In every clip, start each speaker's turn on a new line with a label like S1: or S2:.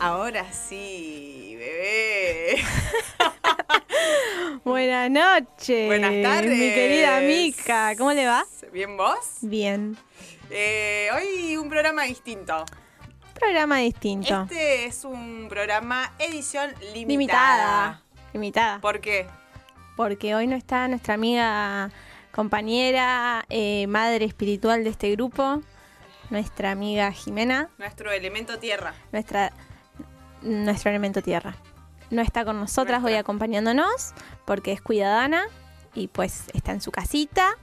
S1: Ahora sí, bebé.
S2: Eh, Buenas noches.
S1: Buenas tardes.
S2: Mi querida Mica, ¿cómo le va?
S1: ¿Bien vos?
S2: Bien.
S1: Eh, hoy un programa distinto.
S2: Programa distinto.
S1: Este es un programa edición limitada.
S2: Limitada. Limitada.
S1: ¿Por qué?
S2: Porque hoy no está nuestra amiga, compañera, eh, madre espiritual de este grupo, nuestra amiga Jimena,
S1: Nuestro elemento tierra.
S2: nuestra, nuestro elemento tierra. No está con nosotras
S1: Nuestra.
S2: hoy acompañándonos porque es cuidadana y pues está en su casita.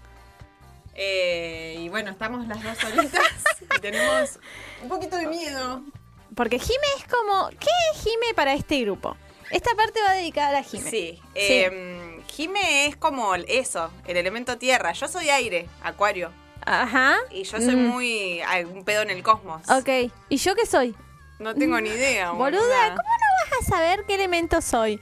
S1: Eh, y bueno, estamos las dos solitas y tenemos un poquito de miedo.
S2: Porque Jime es como, ¿qué es Jime para este grupo? Esta parte va dedicada a Jime.
S1: Sí. eh, Jime es como el- eso, el elemento tierra. Yo soy aire, acuario.
S2: Ajá.
S1: Y yo soy
S2: Mm.
S1: muy. ay, un pedo en el cosmos.
S2: Ok. ¿Y yo qué soy?
S1: No tengo ni idea.
S2: Boluda, ¿cómo no vas a saber qué elemento soy?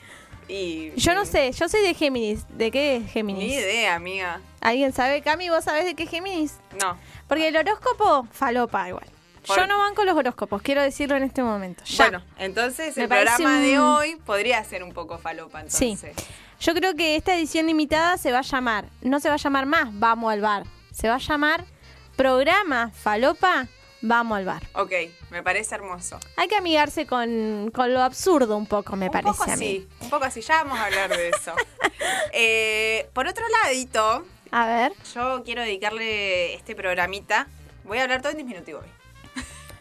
S1: Y,
S2: Yo no sé, yo soy de Géminis. ¿De qué es
S1: Ni
S2: Géminis?
S1: idea, amiga.
S2: ¿Alguien sabe, Cami? ¿Vos sabés de qué es Géminis?
S1: No.
S2: Porque el horóscopo, falopa igual.
S1: Por-
S2: Yo no banco los horóscopos, quiero decirlo en este momento. Ya.
S1: Bueno, entonces
S2: Me
S1: el
S2: parece
S1: programa
S2: un-
S1: de hoy podría ser un poco falopa, entonces.
S2: Yo creo que esta edición limitada se va a llamar, no se va a llamar más Vamos al Bar, se va a llamar Programa Falopa Vamos al Bar.
S1: Ok, me parece hermoso.
S2: Hay que amigarse con, con lo absurdo un poco, me
S1: un
S2: parece
S1: poco
S2: a mí.
S1: así, un poco así, ya vamos a hablar de eso. Eh, por otro ladito,
S2: A ver,
S1: yo quiero dedicarle este programita, voy a hablar todo en diminutivo hoy,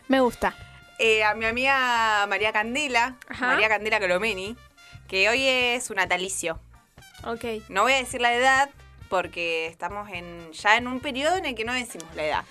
S2: me gusta.
S1: eh, a mi amiga María Candela,
S2: Ajá.
S1: María Candela Colomeni, que hoy es su natalicio.
S2: Ok.
S1: No voy a decir la edad porque estamos en ya en un periodo en el que no decimos la edad.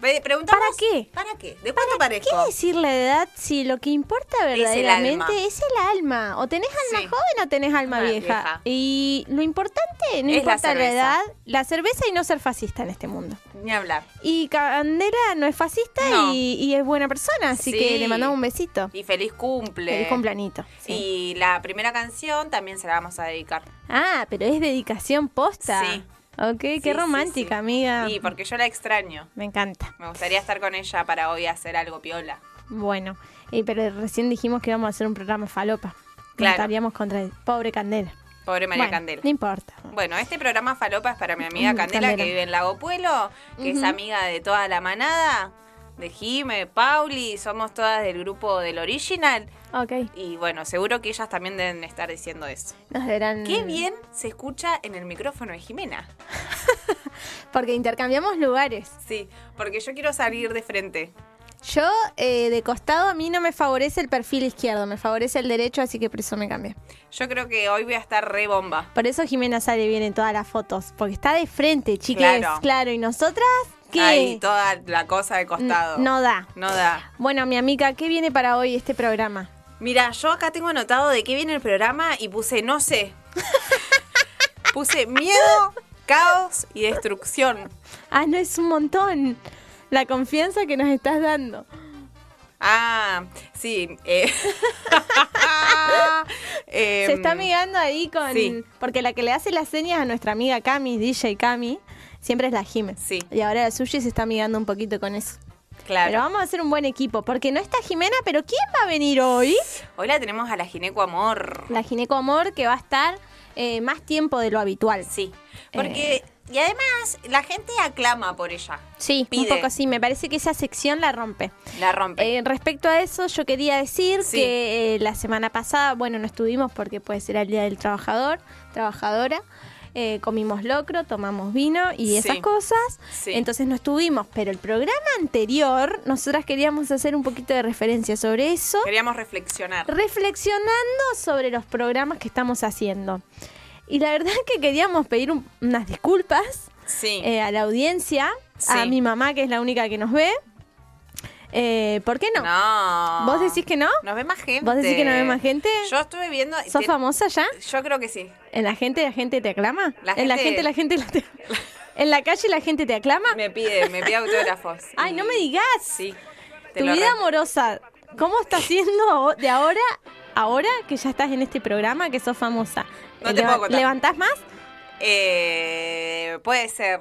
S1: Pe- Preguntamos,
S2: ¿Para qué?
S1: ¿Para qué? ¿De cuánto parezco?
S2: ¿Qué decir la edad si lo que importa
S1: el
S2: verdaderamente
S1: alma.
S2: es el alma? O tenés alma
S1: Sí.
S2: joven o tenés alma
S1: Alma
S2: vieja.
S1: vieja.
S2: Y lo importante, no
S1: Es la
S2: importa la,
S1: cerveza.
S2: edad, la cerveza y no ser fascista en este mundo.
S1: Ni hablar.
S2: Y Candela no es fascista
S1: No.
S2: y, y es buena persona, así
S1: Sí.
S2: que le mandamos un besito.
S1: Y feliz cumple.
S2: Feliz cumplanito. sí.
S1: Y la primera canción también se la vamos a dedicar.
S2: Ah, pero es dedicación posta.
S1: Sí.
S2: Ok,
S1: Sí, sí,
S2: qué romántica,
S1: sí.
S2: amiga.
S1: Y porque yo la extraño.
S2: Me encanta.
S1: Me gustaría estar con ella para hoy hacer algo piola.
S2: Bueno, y pero recién dijimos que íbamos a hacer un programa falopa. Nos
S1: Claro.
S2: Estaríamos contra el pobre Candela.
S1: Pobre María
S2: Bueno,
S1: Candela.
S2: No importa.
S1: Bueno, este programa Falopa es para mi amiga
S2: Mm,
S1: Candela,
S2: Candela.
S1: que vive en Lago Puelo, que es amiga de toda la manada, de Jime, Pauli, somos todas del grupo del Original.
S2: Ok.
S1: Y bueno, seguro que ellas también deben estar diciendo eso.
S2: Nos verán.
S1: Qué bien se escucha en el micrófono de Jimena.
S2: Porque intercambiamos lugares.
S1: Sí, porque yo quiero salir de frente.
S2: Yo, eh, de costado, a mí no me favorece el perfil izquierdo, me favorece el derecho, así que por eso me cambié.
S1: Yo creo que hoy voy a estar re bomba.
S2: Por eso Jimena sale bien en todas las fotos, porque está de frente, chicas.
S1: Claro.
S2: Claro. y nosotras, ¿qué?
S1: Ahí toda la cosa de costado.
S2: N- No da.
S1: No da.
S2: Bueno, mi amiga, ¿qué viene para hoy este programa?
S1: Mira, yo acá tengo anotado de qué viene el programa y puse no sé. puse miedo, caos y destrucción.
S2: Ah, no, es un montón. La confianza que nos estás dando.
S1: Ah, sí. eh. Em,
S2: Se está amigando ahí con...
S1: sí.
S2: Porque la que le hace las señas a nuestra amiga Cami, DJ Cami, siempre es la Jime.
S1: Sí.
S2: Y ahora la Sushi se está amigando un poquito con eso. Pero
S1: Claro.
S2: vamos a hacer un buen equipo, porque no está Jimena, pero ¿quién va a venir hoy?
S1: Hoy la tenemos a la gineco amor.
S2: La Gineco Amor, que va a estar eh, más tiempo de lo habitual.
S1: Sí. Porque,
S2: Eh.
S1: y además, la gente aclama por ella.
S2: Sí,
S1: Pide.
S2: un poco sí, me parece que esa sección la rompe.
S1: La rompe.
S2: Eh, respecto a eso, yo quería decir
S1: Sí.
S2: que eh, la semana pasada, bueno, no estuvimos porque pues era el Día del Trabajador, Trabajadora, eh, comimos locro, tomamos vino y esas
S1: Sí.
S2: cosas,
S1: Sí.
S2: entonces no estuvimos, pero el programa anterior, nosotras queríamos hacer un poquito de referencia sobre eso,
S1: Queríamos reflexionar.
S2: reflexionando sobre los programas que estamos haciendo. Y la verdad que queríamos pedir un- unas disculpas
S1: Sí.
S2: eh, a la audiencia, a
S1: Sí.
S2: mi mamá, que es la única que nos ve. Eh, ¿Por qué no?
S1: No.
S2: ¿Vos decís que no?
S1: Nos ve más gente.
S2: ¿Vos decís que no ve más gente?
S1: Yo estuve viendo.
S2: ¿Sos
S1: tien-
S2: famosa ya?
S1: Yo creo que sí.
S2: ¿En la gente la gente te aclama?
S1: La
S2: ¿En la
S1: gente-
S2: gente la gente la te- ¿En la calle la gente te aclama?
S1: Me pide, me pide autógrafos.
S2: Ay, no me
S1: Y-
S2: digas.
S1: Sí. te
S2: Tu
S1: lo
S2: vida
S1: re-
S2: amorosa, ¿cómo está siendo aho- de ahora, ahora que ya estás en este programa, que sos famosa?
S1: No te puedo contar.
S2: ¿Levantás más?
S1: Eh, puede ser.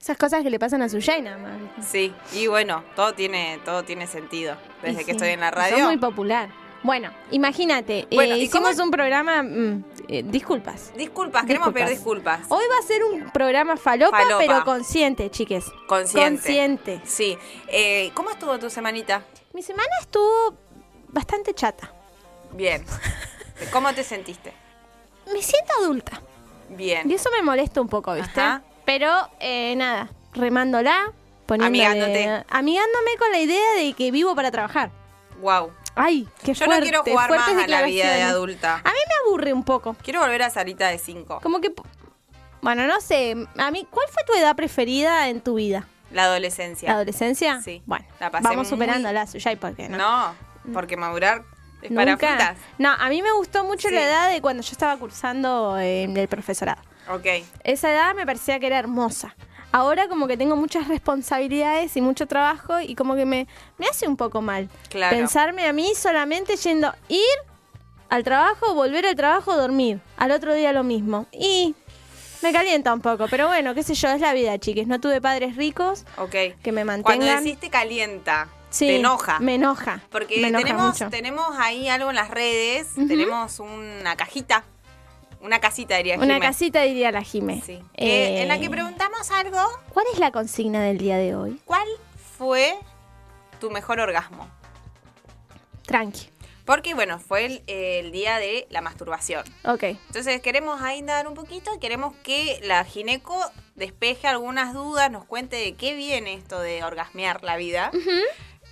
S2: Esas cosas que le pasan a Suya y nada más.
S1: Sí, y bueno, todo tiene, todo tiene sentido. Desde
S2: Y
S1: que
S2: sí,
S1: estoy en la
S2: Son
S1: radio.
S2: muy popular. Bueno, imagínate,
S1: Bueno,
S2: eh,
S1: ¿y
S2: hicimos
S1: cómo-
S2: un programa... mm, eh, disculpas.
S1: Disculpas, queremos pedir
S2: Disculpas.
S1: disculpas.
S2: Oh. Hoy va a ser un programa falopa,
S1: Falopa.
S2: pero consciente, chiques.
S1: Consciente.
S2: Consciente.
S1: Sí. Eh, ¿Cómo estuvo tu semanita?
S2: Mi semana estuvo bastante chata.
S1: Bien. ¿Cómo te sentiste?
S2: Me siento adulta.
S1: Bien.
S2: Y eso me molesta un poco, ¿viste?
S1: Ajá.
S2: Pero eh, nada, remándola, poniéndole...
S1: Amigándote.
S2: Amigándome con la idea de que vivo para trabajar.
S1: Wow.
S2: Ay, qué
S1: Yo
S2: fuerte,
S1: no quiero jugar más
S2: fuertes
S1: a la vida de
S2: declaraciones.
S1: adulta.
S2: A mí me aburre un poco.
S1: Quiero volver a Sarita de 5.
S2: Como que... Bueno, no sé. A mí, ¿cuál fue tu edad preferida en tu vida?
S1: La adolescencia.
S2: ¿La adolescencia?
S1: Sí.
S2: Bueno,
S1: La pasé
S2: vamos
S1: muy-
S2: superándola, Suyai, porque no.
S1: No, porque madurar es para
S2: Mm. Nunca.
S1: frutas.
S2: No, a mí me gustó mucho
S1: Sí.
S2: la edad de cuando yo estaba cursando eh, el profesorado.
S1: Ok.
S2: Esa edad me parecía que era hermosa. Ahora como que tengo muchas responsabilidades y mucho trabajo y como que me, me hace un poco mal.
S1: Claro.
S2: Pensarme a mí solamente yendo, ir al trabajo, volver al trabajo, dormir. Al otro día lo mismo. Y me calienta un poco, pero bueno, qué sé yo, es la vida, chiques. No tuve padres ricos
S1: Ok.
S2: que me mantengan.
S1: Cuando decís te calienta, te enoja.
S2: Me enoja.
S1: porque
S2: me enoja
S1: tenemos,
S2: mucho.
S1: tenemos ahí algo en las redes,
S2: Ujú.
S1: tenemos una cajita, una casita diría
S2: Una
S1: eh, Jimé.
S2: casita diría la Jime.
S1: Sí. Que- en la que
S2: Eh,
S1: preguntamos algo,
S2: ¿Cuál es la consigna del día de hoy?
S1: ¿cuál fue tu mejor orgasmo?
S2: Tranqui.
S1: Porque bueno, fue el, el día de la masturbación.
S2: Ok.
S1: Entonces queremos ahí dar un poquito, y queremos que la gineco despeje algunas dudas, nos cuente de qué viene esto de orgasmear la vida.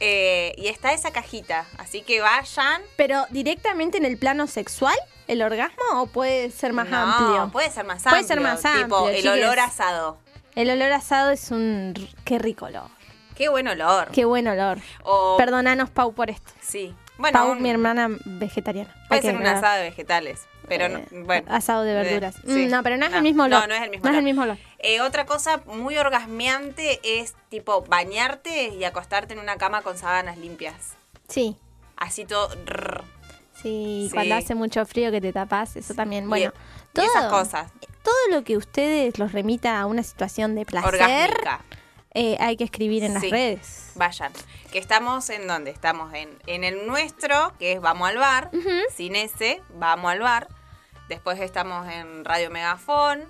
S1: Eh, y está esa cajita, así que vayan.
S2: Pero directamente en el plano sexual, el orgasmo, o puede ser más
S1: No,
S2: amplio.
S1: Puede ser más amplio.
S2: Puede ser más
S1: Tipo,
S2: amplio,
S1: el
S2: chiques.
S1: olor asado.
S2: El olor asado es un. r- Qué rico olor.
S1: Qué buen olor.
S2: Qué buen olor.
S1: O-
S2: Perdonanos, Pau, por esto.
S1: Sí. Oh. Bueno,
S2: Pau,
S1: un-
S2: mi hermana vegetariana.
S1: puede
S2: Hay que
S1: ser un
S2: aclarar.
S1: asado de vegetales. Pero no-
S2: Eh,
S1: bueno.
S2: Asado de
S1: Eh,
S2: verduras.
S1: sí.
S2: Mm, no, pero no es el mismo olor.
S1: No, no es el mismo
S2: No
S1: olor.
S2: es el mismo olor.
S1: Eh, otra cosa muy orgasmeante es tipo bañarte y acostarte en una cama con sábanas limpias.
S2: Sí.
S1: Así todo. rrr.
S2: Sí,
S1: Sí.
S2: cuando hace mucho frío que te tapas, eso también. Bueno,
S1: y
S2: todo,
S1: esas cosas.
S2: Todo lo que ustedes los remita a una situación de placer,
S1: Orgásmica.
S2: eh, hay que escribir en
S1: Sí.
S2: las redes.
S1: Vayan. Que estamos en donde? Estamos en, en el nuestro, que es Vamos al Bar. Sin ese, Vamos al Bar. Después estamos en Radio Megafón.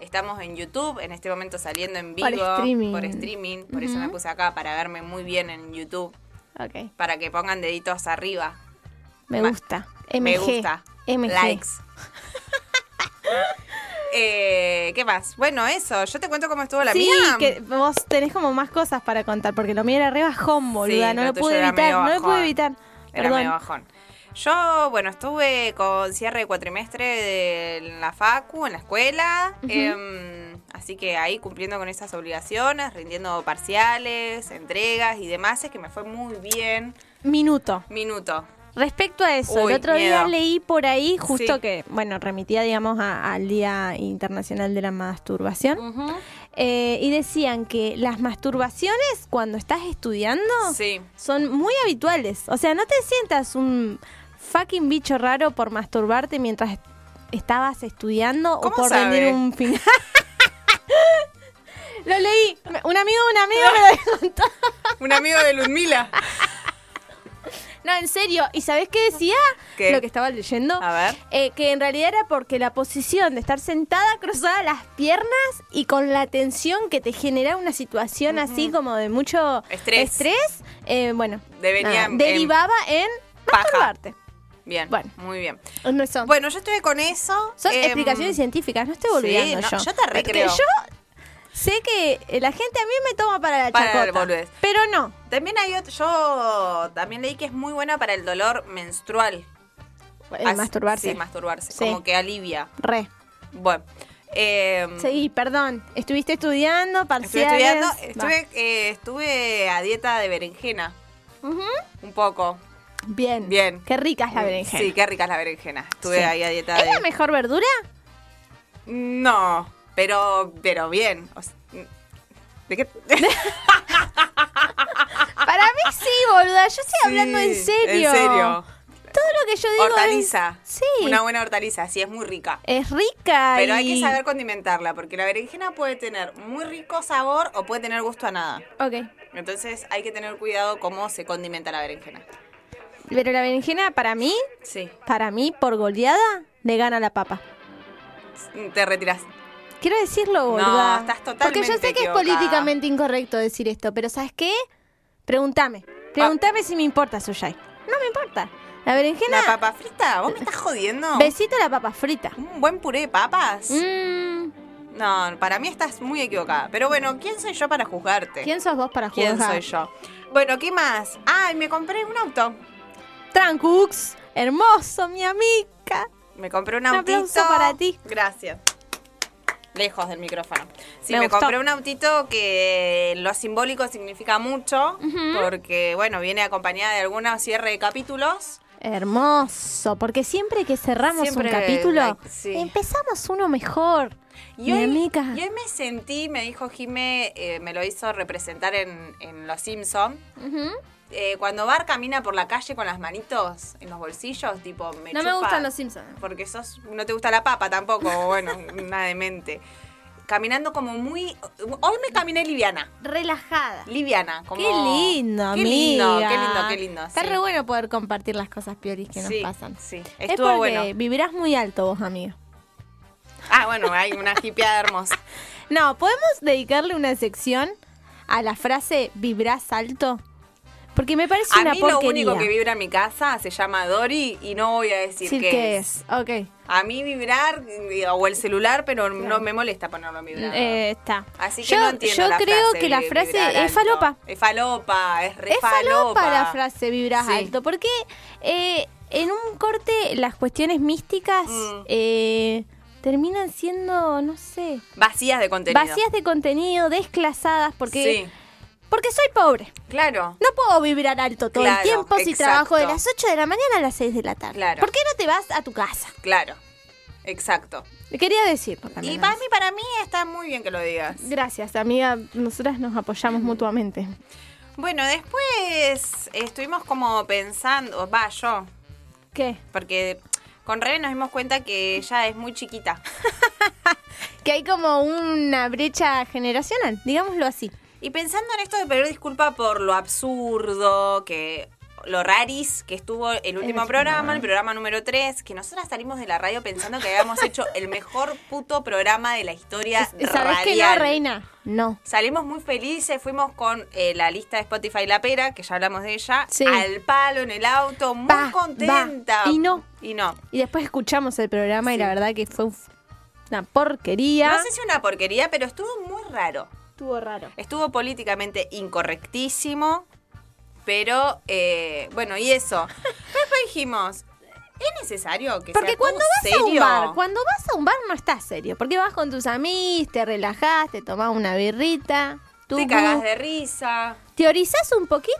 S1: Estamos en YouTube, en este momento saliendo en vivo.
S2: Por streaming.
S1: Por streaming. Por eso me
S2: Ujú.
S1: puse acá para verme muy bien en YouTube.
S2: Ok.
S1: Para que pongan deditos arriba.
S2: Me
S1: Ma-
S2: gusta. MG.
S1: Me gusta.
S2: MG.
S1: Likes. Eh, ¿Qué más? Bueno, eso. Yo te cuento cómo estuvo la
S2: sí,
S1: mía.
S2: que vos tenés como más cosas para contar, porque lo mío era re bajón, boluda.
S1: Sí,
S2: no
S1: lo
S2: lo
S1: tuyo
S2: pude
S1: era
S2: evitar,
S1: medio
S2: no lo pude
S1: bajón.
S2: evitar.
S1: Era
S2: Perdón.
S1: medio bajón. Yo, bueno, estuve con cierre de cuatrimestre de en la facu, en la escuela.
S2: Ujú.
S1: em, así que ahí cumpliendo con esas obligaciones, rindiendo parciales, entregas y demás, es que me fue muy bien.
S2: Minuto.
S1: Minuto.
S2: Respecto a eso,
S1: Uy,
S2: el otro
S1: miedo.
S2: día leí por ahí, justo
S1: Sí.
S2: que, bueno, remitía, digamos, a- al Día Internacional de la Masturbación, eh, y decían que las masturbaciones cuando estás estudiando
S1: Sí.
S2: son muy habituales. O sea, no te sientas un fucking bicho raro por masturbarte mientras est- estabas estudiando o
S1: ¿Cómo
S2: por
S1: sabe?
S2: rendir un final. Lo leí. Me- Un amigo, de un amigo me lo contó.
S1: Un amigo de Ludmila.
S2: No, en serio. ¿Y sabés qué decía?
S1: ¿Qué?
S2: Lo que estaba leyendo.
S1: A ver.
S2: Eh, que en realidad era porque la posición de estar sentada cruzada las piernas y con la tensión que te genera una situación así como de mucho
S1: Estrés.
S2: estrés, eh, bueno,
S1: Devenía
S2: nada,
S1: en- en
S2: derivaba en
S1: paja.
S2: masturbarte.
S1: Bien.
S2: Bueno.
S1: Muy bien.
S2: No son
S1: Bueno, yo estuve con eso.
S2: son
S1: Oh, em,
S2: explicaciones científicas, no estoy
S1: sí,
S2: volviendo
S1: no,
S2: yo.
S1: yo te re
S2: Porque
S1: creo.
S2: Yo sé que eh, la gente a mí me toma para la
S1: Para la
S2: chacota,
S1: boludez.
S2: pero no.
S1: También hay otro. Yo también leí que es muy buena para el dolor menstrual.
S2: El
S1: Así-
S2: eh, masturbarse.
S1: Sí, masturbarse.
S2: Sí.
S1: Como que alivia.
S2: Re.
S1: Bueno. eh,
S2: Sí, perdón. Estuviste estudiando,
S1: Estuve
S2: parciales.
S1: estudiando.
S2: Va.
S1: Estuve, eh, estuve a dieta de berenjena.
S2: Ujú.
S1: Un poco.
S2: Bien.
S1: Bien. Mm,
S2: Qué rica es la berenjena.
S1: Sí, qué ricas las berenjenas. Estuve
S2: Sí.
S1: ahí a dieta
S2: ¿Es la
S1: de.
S2: mejor verdura?
S1: No, pero, pero bien. o sea, ¿De qué?
S2: Para mí sí, boluda. Yo estoy hablando en
S1: Sí,
S2: serio.
S1: En serio.
S2: Todo lo que yo digo.
S1: hortaliza.
S2: es- sí.
S1: Una buena hortaliza, sí, es muy rica.
S2: Es rica.
S1: Pero hay
S2: y-
S1: que saber condimentarla, porque la berenjena puede tener muy rico sabor o puede tener gusto a nada.
S2: Ok.
S1: Entonces hay que tener cuidado cómo se condimenta la berenjena.
S2: Pero la berenjena, para mí,
S1: Sí.
S2: para mí, por goleada, le gana la papa.
S1: Te retiras.
S2: Quiero decirlo,
S1: No,
S2: gorda.
S1: estás
S2: Porque yo
S1: totalmente
S2: sé que
S1: equivocada.
S2: es políticamente incorrecto decir esto, pero ¿sabes qué? Pregúntame. Pregúntame si me importa, Suyai. No me importa. La berenjena,
S1: Ah. ¿La papa frita? ¿Vos me estás jodiendo?
S2: besito a la papa frita.
S1: ¿Un buen puré de papas?
S2: Mm,
S1: No, para mí estás muy equivocada. Pero bueno, ¿quién soy yo para juzgarte?
S2: ¿Quién sos vos para
S1: ¿Quién
S2: jugar?
S1: soy yo? Bueno, ¿qué más? Ay, me compré un auto.
S2: Trancux, hermoso, mi amiga.
S1: Me compré un
S2: Un
S1: autito.
S2: aplauso para ti.
S1: Gracias. Lejos del micrófono. Sí,
S2: Me
S1: me,
S2: gustó.
S1: compré un autito que lo simbólico significa mucho, porque, bueno, viene acompañada de algunos cierre de capítulos.
S2: Hermoso, porque siempre que cerramos
S1: Siempre,
S2: un capítulo,
S1: like, sí.
S2: empezamos uno mejor.
S1: Y
S2: mi
S1: hoy,
S2: amiga.
S1: y hoy me sentí, me dijo Jime, eh, me lo hizo representar en, en Los Simpson.
S2: Ujú.
S1: Eh, cuando Bar camina por la calle con las manitos en los bolsillos, tipo, me
S2: No me
S1: chupa.
S2: gustan los Simpsons.
S1: porque sos, no te gusta la papa tampoco, o bueno, una demente. Caminando como muy, hoy me caminé liviana,
S2: Relajada.
S1: liviana. Como,
S2: Qué lindo,
S1: qué lindo,
S2: amiga.
S1: qué lindo, qué lindo.
S2: Está
S1: sí.
S2: re bueno poder compartir las cosas peores que
S1: Sí,
S2: nos pasan.
S1: Sí,
S2: es
S1: estuvo
S2: porque
S1: bueno.
S2: vivirás muy alto vos, amiga.
S1: Ah, bueno, hay una hippieada hermosa.
S2: No, ¿podemos dedicarle una sección a la frase vibrás alto? Porque me parece
S1: A
S2: una
S1: mí lo
S2: porquería.
S1: único que vibra en mi casa se llama Dory y no voy a decir
S2: Decir
S1: qué,
S2: que
S1: es.
S2: es. Ok.
S1: A mí vibrar eh, o el celular, pero no me molesta ponerlo en vibrador.
S2: Eh, está.
S1: Así que
S2: yo
S1: no entiendo
S2: yo
S1: la
S2: creo
S1: frase
S2: que la
S1: de
S2: frase
S1: vibrar
S2: es
S1: alto.
S2: falopa.
S1: Es falopa, es re
S2: Es falopa la frase vibras
S1: Sí.
S2: alto, porque eh, en un corte las cuestiones místicas
S1: Mm.
S2: eh, terminan siendo, no sé,
S1: Vacías de contenido.
S2: vacías de contenido, desclasadas, porque,
S1: Sí,
S2: porque soy pobre.
S1: claro.
S2: No puedo vibrar alto todo el
S1: Claro,
S2: tiempo si
S1: exacto.
S2: trabajo de las 8 de la mañana a las 6 de la tarde.
S1: Claro.
S2: ¿Por qué no te vas a tu casa?
S1: Claro. Exacto.
S2: Quería decirlo
S1: Y
S2: también.
S1: para mí, para mí está muy bien que lo digas.
S2: Gracias, amiga. Nosotras nos
S1: Mm.
S2: apoyamos mutuamente.
S1: Bueno, después estuvimos como pensando, va, yo,
S2: ¿Qué?
S1: porque con Rebe nos dimos cuenta que ella es muy chiquita.
S2: Que hay como una brecha generacional, digámoslo así.
S1: Y pensando en esto de pedir disculpa por lo absurdo, que lo raris que estuvo el último
S2: último
S1: programa, el programa número 3, que nosotras salimos de la radio pensando que habíamos hecho el mejor puto programa de la historia
S2: ¿Sabes ¿Sabés que no,
S1: radial.
S2: reina? No.
S1: Salimos muy felices, fuimos con eh, la lista de Spotify La Pera, que ya hablamos de ella,
S2: Sí.
S1: al palo en el auto, muy
S2: Va,
S1: contenta.
S2: va. Y no.
S1: Y no.
S2: Y después escuchamos el programa y
S1: Sí.
S2: la verdad que fue un- una porquería.
S1: No sé si una porquería, pero estuvo muy raro.
S2: Estuvo raro.
S1: Estuvo políticamente incorrectísimo, pero eh, bueno, y eso. Después dijimos, ¿es necesario que
S2: Porque
S1: sea
S2: cuando
S1: todo
S2: vas a un
S1: serio?
S2: bar, cuando vas a un bar no estás serio. Porque vas con tus amigos, te relajás, te tomás una birrita, tú
S1: te cagas de risa.
S2: teorizás un poquito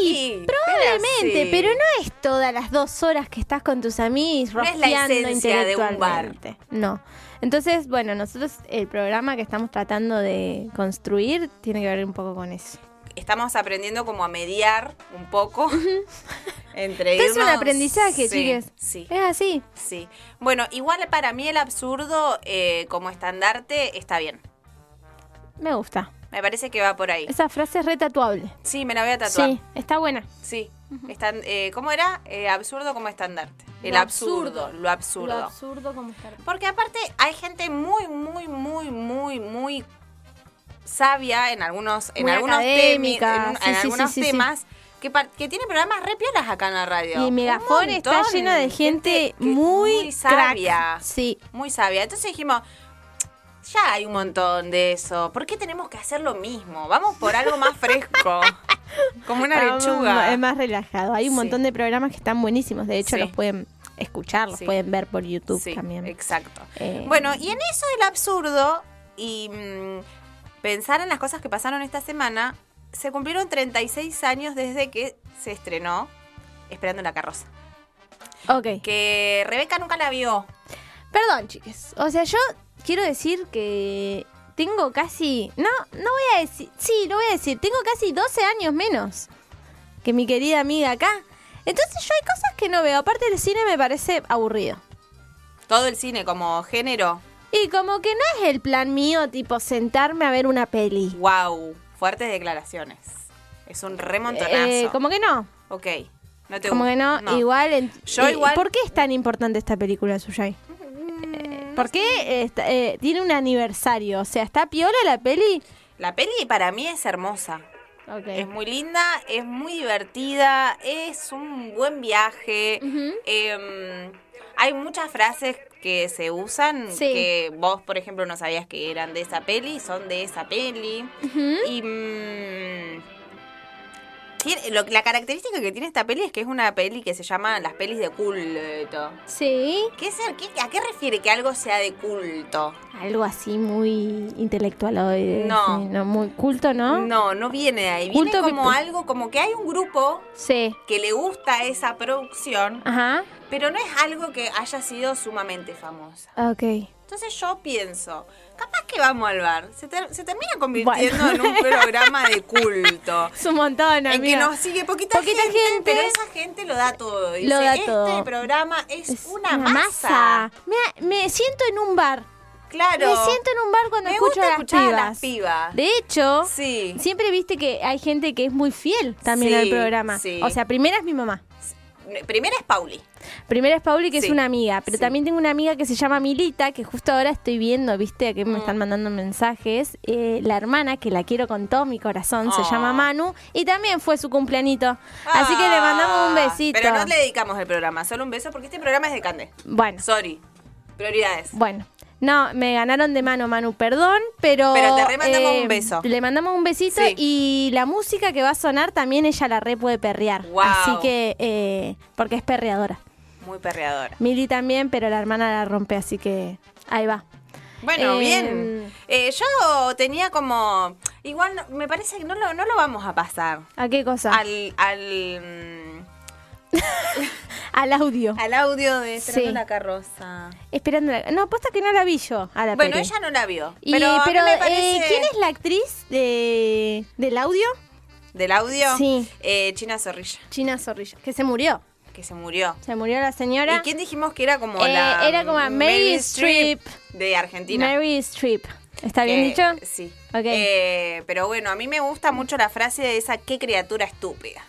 S2: y
S1: Sí, pero
S2: probablemente,
S1: sí.
S2: pero, no es todas las dos horas que estás con tus amigos
S1: No es la
S2: rosteando
S1: esencia de un bar.
S2: intelectualmente. No. Entonces, bueno, nosotros el programa que estamos tratando de construir tiene que ver un poco con eso.
S1: Estamos aprendiendo como a mediar un poco entre
S2: Que es un
S1: irnos-
S2: aprendizaje,
S1: Sí,
S2: Eh. chiques.
S1: Sí.
S2: Es así.
S1: Sí. Bueno, igual para mí el absurdo eh, como estandarte está bien.
S2: Me gusta.
S1: Me parece que va por ahí.
S2: Esa frase es retatuable.
S1: Sí, me la voy a tatuar.
S2: Sí, está buena.
S1: Sí. Están, eh, ¿Cómo era? Eh, absurdo como estandarte. El
S2: Lo
S1: absurdo,
S2: absurdo.
S1: lo absurdo.
S2: absurdo como estar.
S1: Porque aparte hay gente muy, muy, muy, muy, muy sabia en algunos, en
S2: Muy
S1: algunos, temi- en,
S2: académica,
S1: un-
S2: sí,
S1: en
S2: sí,
S1: algunos
S2: sí, sí, sí.
S1: temas que, par- que tiene programas re piolas acá en la radio.
S2: Y
S1: Un
S2: Megafón está
S1: montón
S2: lleno de gente
S1: que-
S2: muy, crack.
S1: sabia.
S2: Sí.
S1: Muy sabia. Entonces dijimos, ya hay un montón de eso. ¿Por qué tenemos que hacer lo mismo? Vamos por algo más fresco. Como una
S2: Está
S1: lechuga.
S2: m- Es más relajado. Hay un
S1: Sí.
S2: montón de programas que están buenísimos. De hecho,
S1: Sí.
S2: los pueden escuchar, los
S1: Sí.
S2: pueden ver por YouTube
S1: Sí,
S2: también.
S1: Exacto.
S2: Eh,
S1: Bueno, y en eso del absurdo y mm, pensar en las cosas que pasaron esta semana, se cumplieron 36 años desde que se estrenó Esperando la carroza.
S2: ok.
S1: Que Rebeca nunca la vio.
S2: Perdón, chiques. O sea, yo quiero decir que tengo casi. No, no voy a decir. Sí, lo voy a decir. Tengo casi 12 años menos que mi querida amiga acá. Entonces yo hay cosas que no veo. Aparte el cine me parece aburrido.
S1: Todo el cine como género.
S2: Y como que no es el plan mío, tipo, sentarme a ver una peli.
S1: Wow, fuertes declaraciones. Es un remontonazo.
S2: Eh, como que no.
S1: Ok, no te
S2: Como
S1: gusta.
S2: que no. Igual, en-
S1: Yo
S2: eh,
S1: igual-
S2: ¿Por qué es tan importante esta película, Suyai?
S1: Mm,
S2: ¿Por qué esta- eh, tiene un aniversario? O sea, ¿está piola la peli?
S1: La peli para mí es hermosa.
S2: Ok.
S1: Es muy linda, es muy divertida, es un buen viaje. Em, hay muchas frases que se usan
S2: Sí.
S1: que vos, por ejemplo, no sabías que eran de esa peli, son de esa peli. Y mm, tiene- lo- la característica que tiene esta peli es que es una peli que se llama las pelis de culto.
S2: Sí.
S1: ¿Qué es el- qué- ¿A qué refiere que algo sea de culto?
S2: Algo así muy intelectual hoy.
S1: No.
S2: Muy culto, ¿no?
S1: No, no viene de ahí.
S2: Culto
S1: viene
S2: que-
S1: como algo, como que hay un grupo
S2: Sí.
S1: que le gusta esa producción,
S2: Ajá.
S1: pero no es algo que haya sido sumamente famosa.
S2: Ok.
S1: Entonces yo pienso, capaz que vamos al bar. Se, ter- se termina convirtiendo
S2: Bueno.
S1: en un programa de culto.
S2: Es un montón,
S1: En que
S2: amiga.
S1: nos sigue poquita,
S2: Poquita
S1: gente,
S2: gente.
S1: pero esa gente lo da todo. Dice,
S2: Lo da
S1: este
S2: todo.
S1: programa es,
S2: Es
S1: una, masa.
S2: Mira, me siento en un bar.
S1: Claro.
S2: Me siento en un bar cuando
S1: Me gusta
S2: escucho a las
S1: escuchar
S2: pibas.
S1: a las pibas.
S2: De hecho,
S1: Sí.
S2: siempre viste que hay gente que es muy fiel también
S1: Sí,
S2: al programa.
S1: sí.
S2: O sea, primera es mi mamá.
S1: Primera es Pauli.
S2: Primera es Pauli, que es
S1: Sí,
S2: una amiga. Pero
S1: sí.
S2: también tengo una amiga que se llama Milita, que justo ahora estoy viendo, viste,
S1: Mm.
S2: que me están mandando mensajes. Eh, la hermana, que la quiero con todo mi corazón, se
S1: Oh.
S2: llama Manu. Y también fue su cumpleañito. Así que le mandamos un
S1: Ah,
S2: besito.
S1: Pero no le dedicamos el programa, solo un beso porque este programa es de Cande.
S2: Bueno.
S1: Sorry. Prioridades.
S2: Bueno, no, me ganaron de mano, Manu, perdón, pero. eh,
S1: Pero te remandamos un beso.
S2: Le mandamos un besito
S1: Sí.
S2: y la música que va a sonar también ella la re puede perrear.
S1: Guau.
S2: Así que, eh, porque es perreadora.
S1: Muy perreadora.
S2: Mili también, pero la hermana la rompe, así que ahí va.
S1: Bueno,
S2: Eh,
S1: bien. Eh, yo tenía como. Igual no- me parece que no lo, no lo vamos a pasar.
S2: ¿A qué cosa? Al,
S1: Al, al,
S2: audio.
S1: mm, al audio de Esperando
S2: Sí.
S1: la carroza.
S2: Esperando. la- No, aposta que no la vi yo a la
S1: Bueno,
S2: peli.
S1: ella no la vio.
S2: Y-
S1: pero a mí me
S2: eh,
S1: parece-
S2: ¿quién es la actriz de, del audio?
S1: Del audio.
S2: Sí.
S1: Eh, China Zorrilla,
S2: China Zorrilla, que se murió.
S1: que se murió.
S2: Se murió la señora.
S1: ¿Y quién dijimos que era como
S2: Eh,
S1: la. mm,
S2: era como a Meryl Streep.
S1: De Argentina.
S2: Mary Streep. ¿Está bien
S1: Eh,
S2: dicho?
S1: Sí.
S2: Ok.
S1: Eh, pero bueno, a mí me gusta mucho la frase de esa, qué criatura estúpida.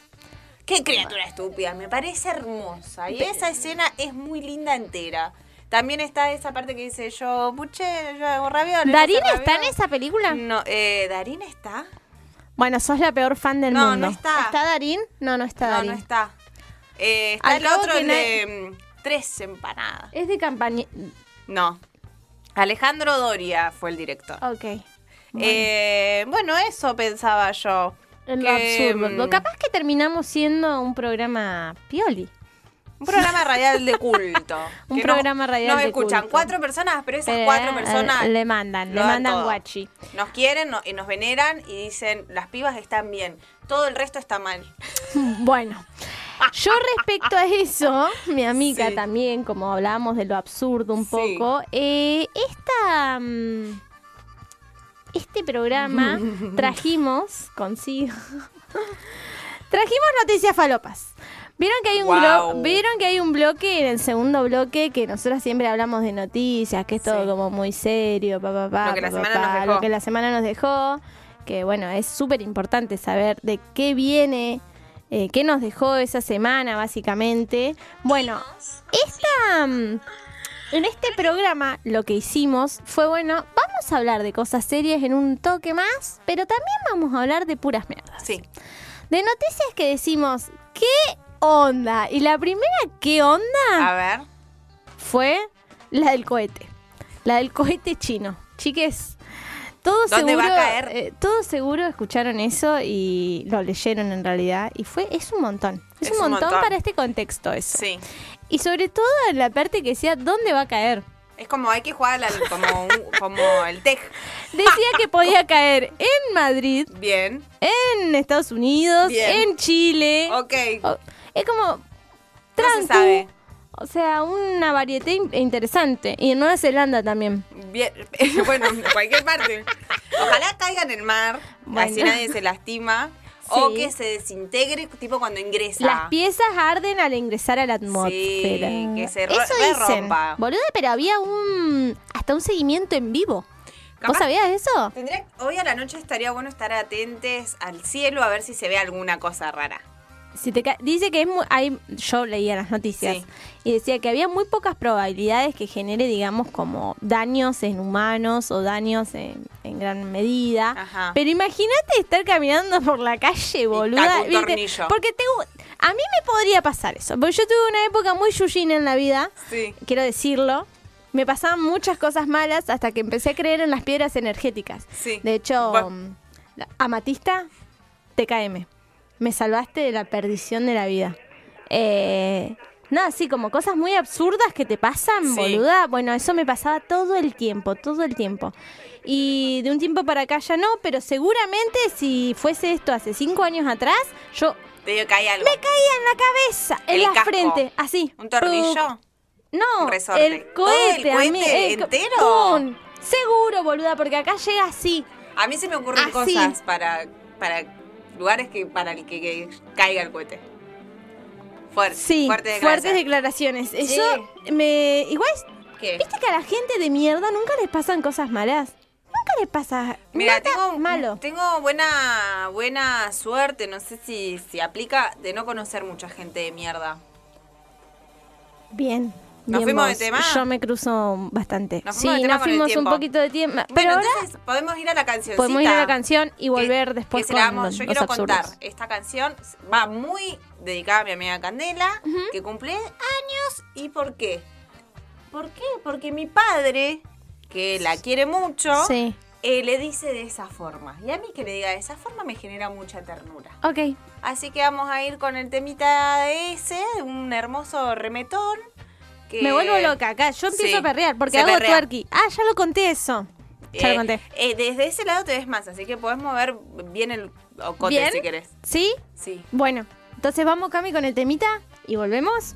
S1: Qué criatura estúpida, me parece hermosa. Y esa escena es muy linda entera. También está esa parte que dice yo, puche, yo hago ravioles.
S2: ¿Darín
S1: no sé
S2: está en
S1: ravioles".
S2: esa película?
S1: No, eh, ¿Darín está?
S2: Bueno, sos la peor fan del
S1: No, no
S2: mundo.
S1: está.
S2: ¿Está Darín? No, no está
S1: no,
S2: Darín.
S1: no está. Eh, está
S2: Al
S1: el
S2: cabo
S1: otro,
S2: que
S1: el
S2: no-
S1: de mm, Tres Empanadas.
S2: Es de campaña.
S1: No. Alejandro Doria fue el director.
S2: Ok. Ah, Bueno.
S1: Eh, bueno, eso pensaba yo.
S2: En lo
S1: Que,
S2: absurdo.
S1: mm,
S2: Capaz que terminamos siendo un programa pioli.
S1: Un programa radial de culto.
S2: Un
S1: Que
S2: programa radial
S1: nos
S2: de
S1: escuchan
S2: culto.
S1: cuatro personas, pero esas
S2: Pero,
S1: cuatro
S2: eh,
S1: personas
S2: Le mandan,
S1: lo
S2: le
S1: dan
S2: mandan
S1: todo.
S2: guachi.
S1: nos quieren no- y nos veneran y dicen, las pibas están bien, todo el resto está mal.
S2: Bueno, yo respecto a eso, mi amiga
S1: Sí.
S2: también, como hablábamos de lo absurdo un
S1: Sí.
S2: poco, eh, esta, mm, este programa trajimos consigo. trajimos noticias falopas. Vieron que hay un
S1: Guau.
S2: blo- vieron que hay un bloque en el segundo bloque que nosotros siempre hablamos de noticias, que es todo
S1: Sí.
S2: como muy serio, pa, pa, pa,
S1: Lo que la
S2: pa, pa,
S1: semana nos
S2: pa,
S1: dejó.
S2: lo que la semana nos dejó, que bueno, es súper importante saber de qué viene, eh, qué nos dejó esa semana básicamente. Bueno, esta, mm, en este programa lo que hicimos fue, bueno, vamos a hablar de cosas serias en un toque más, pero también vamos a hablar de puras mierdas.
S1: Sí.
S2: De noticias que decimos, ¿qué onda? Y la primera, ¿qué onda?
S1: A ver.
S2: Fue la del cohete. La del cohete chino. Chiques, todos
S1: ¿Dónde
S2: seguro,
S1: va a caer?
S2: eh, todos seguro escucharon eso y lo leyeron en realidad. Y fue, es un montón. Es, un, montón para este contexto eso.
S1: Sí.
S2: Y sobre todo en la parte que decía, ¿dónde va a caer?
S1: Es como hay que jugar al- como, un- como el tej.
S2: Decía que podía caer en Madrid,
S1: Bien.
S2: en Estados Unidos,
S1: Bien.
S2: en Chile.
S1: Ok.
S2: O- es como
S1: No
S2: tranqui.
S1: se sabe.
S2: O sea, una variedad in- interesante. Y en Nueva Zelanda también.
S1: Bien. Bueno, en cualquier parte. Ojalá caigan en el mar,
S2: Bueno.
S1: así nadie se lastima. o
S2: Sí.
S1: que se desintegre, tipo cuando ingresa.
S2: Las piezas arden al ingresar a la atmósfera.
S1: que se ro-
S2: Eso
S1: re
S2: dicen.
S1: rompa.
S2: Boluda, pero había un. hasta un seguimiento en vivo. ¿Vos
S1: Capaz-
S2: sabías eso?
S1: Tendría, hoy a la noche estaría bueno estar atentes al cielo a ver si se ve alguna cosa rara.
S2: Si te ca- dice que es muy. hay- yo leía las noticias
S1: Sí.
S2: y decía que había muy pocas probabilidades que genere, digamos, como daños en humanos o daños en, en gran medida.
S1: Ajá.
S2: Pero imagínate estar caminando por la calle, boluda.
S1: un
S2: ¿viste?
S1: tornillo.
S2: Porque te- a mí me podría pasar eso. Porque yo tuve una época muy yuyina en la vida.
S1: Sí.
S2: quiero decirlo, me pasaban muchas cosas malas hasta que empecé a creer en las piedras energéticas.
S1: Sí.
S2: De hecho,
S1: Bueno.
S2: mm, la- amatista, TKM. Me salvaste de la perdición de la vida. Eh, nada, sí, como cosas muy absurdas que te pasan,
S1: Sí.
S2: boluda. Bueno, eso me pasaba todo el tiempo, todo el tiempo. Y de un tiempo para acá ya no, pero seguramente si fuese esto hace cinco años atrás, yo
S1: Te digo que hay algo.
S2: me caía en la cabeza, en
S1: El
S2: la
S1: casco.
S2: frente, así.
S1: ¿Un tornillo?
S2: Puc. No,
S1: Un resorte.
S2: el
S1: ¿Todo el
S2: cohete,
S1: cohete
S2: ami- el co-
S1: entero?
S2: con- seguro, boluda, porque acá llega así.
S1: A mí se me ocurren
S2: Así.
S1: cosas para, para lugares que para el que, que caiga el cohete. Fuerte.
S2: Sí,
S1: fuerte de
S2: fuertes declaraciones. Eso me. Igual,
S1: ¿Qué?
S2: viste que a la gente de mierda nunca les pasan cosas malas. Nunca les pasa
S1: Mira,
S2: nada
S1: tengo,
S2: malo.
S1: tengo buena, buena suerte, no sé si, si aplica, de no conocer mucha gente de mierda.
S2: Bien.
S1: ¿Nos
S2: bien
S1: fuimos
S2: vos.
S1: de tema?
S2: Yo me cruzo bastante.
S1: Nos fuimos
S2: sí,
S1: de tema
S2: nos
S1: con el
S2: fuimos un
S1: tiempo.
S2: poquito de tiempo. Pero
S1: Bueno,
S2: ahora
S1: entonces podemos ir a la cancioncita.
S2: podemos ir a la canción y volver
S1: que-
S2: después
S1: que se la
S2: con
S1: vamos-
S2: los
S1: Yo quiero
S2: absurdos.
S1: contar, esta canción va muy dedicada a mi amiga Candela, que cumple años. ¿Y por qué? ¿Por qué? Porque mi padre, que la quiere mucho,
S2: Sí.
S1: eh, le dice de esa forma. Y a mí que le diga de esa forma me genera mucha ternura.
S2: Ok.
S1: Así que vamos a ir con el temita de ese, un hermoso remetón. que-
S2: Me vuelvo loca acá. Yo empiezo
S1: Eh, Sí,
S2: a perrear porque
S1: se
S2: hago
S1: perrea.
S2: twerky. Ah, ya lo conté eso. Ya
S1: Eh,
S2: lo conté.
S1: eh, desde ese lado te ves más, así que podés mover bien el ocote
S2: ¿Bien?
S1: si querés.
S2: ¿Sí?
S1: Sí.
S2: Bueno, entonces vamos, Cami, con el temita y volvemos.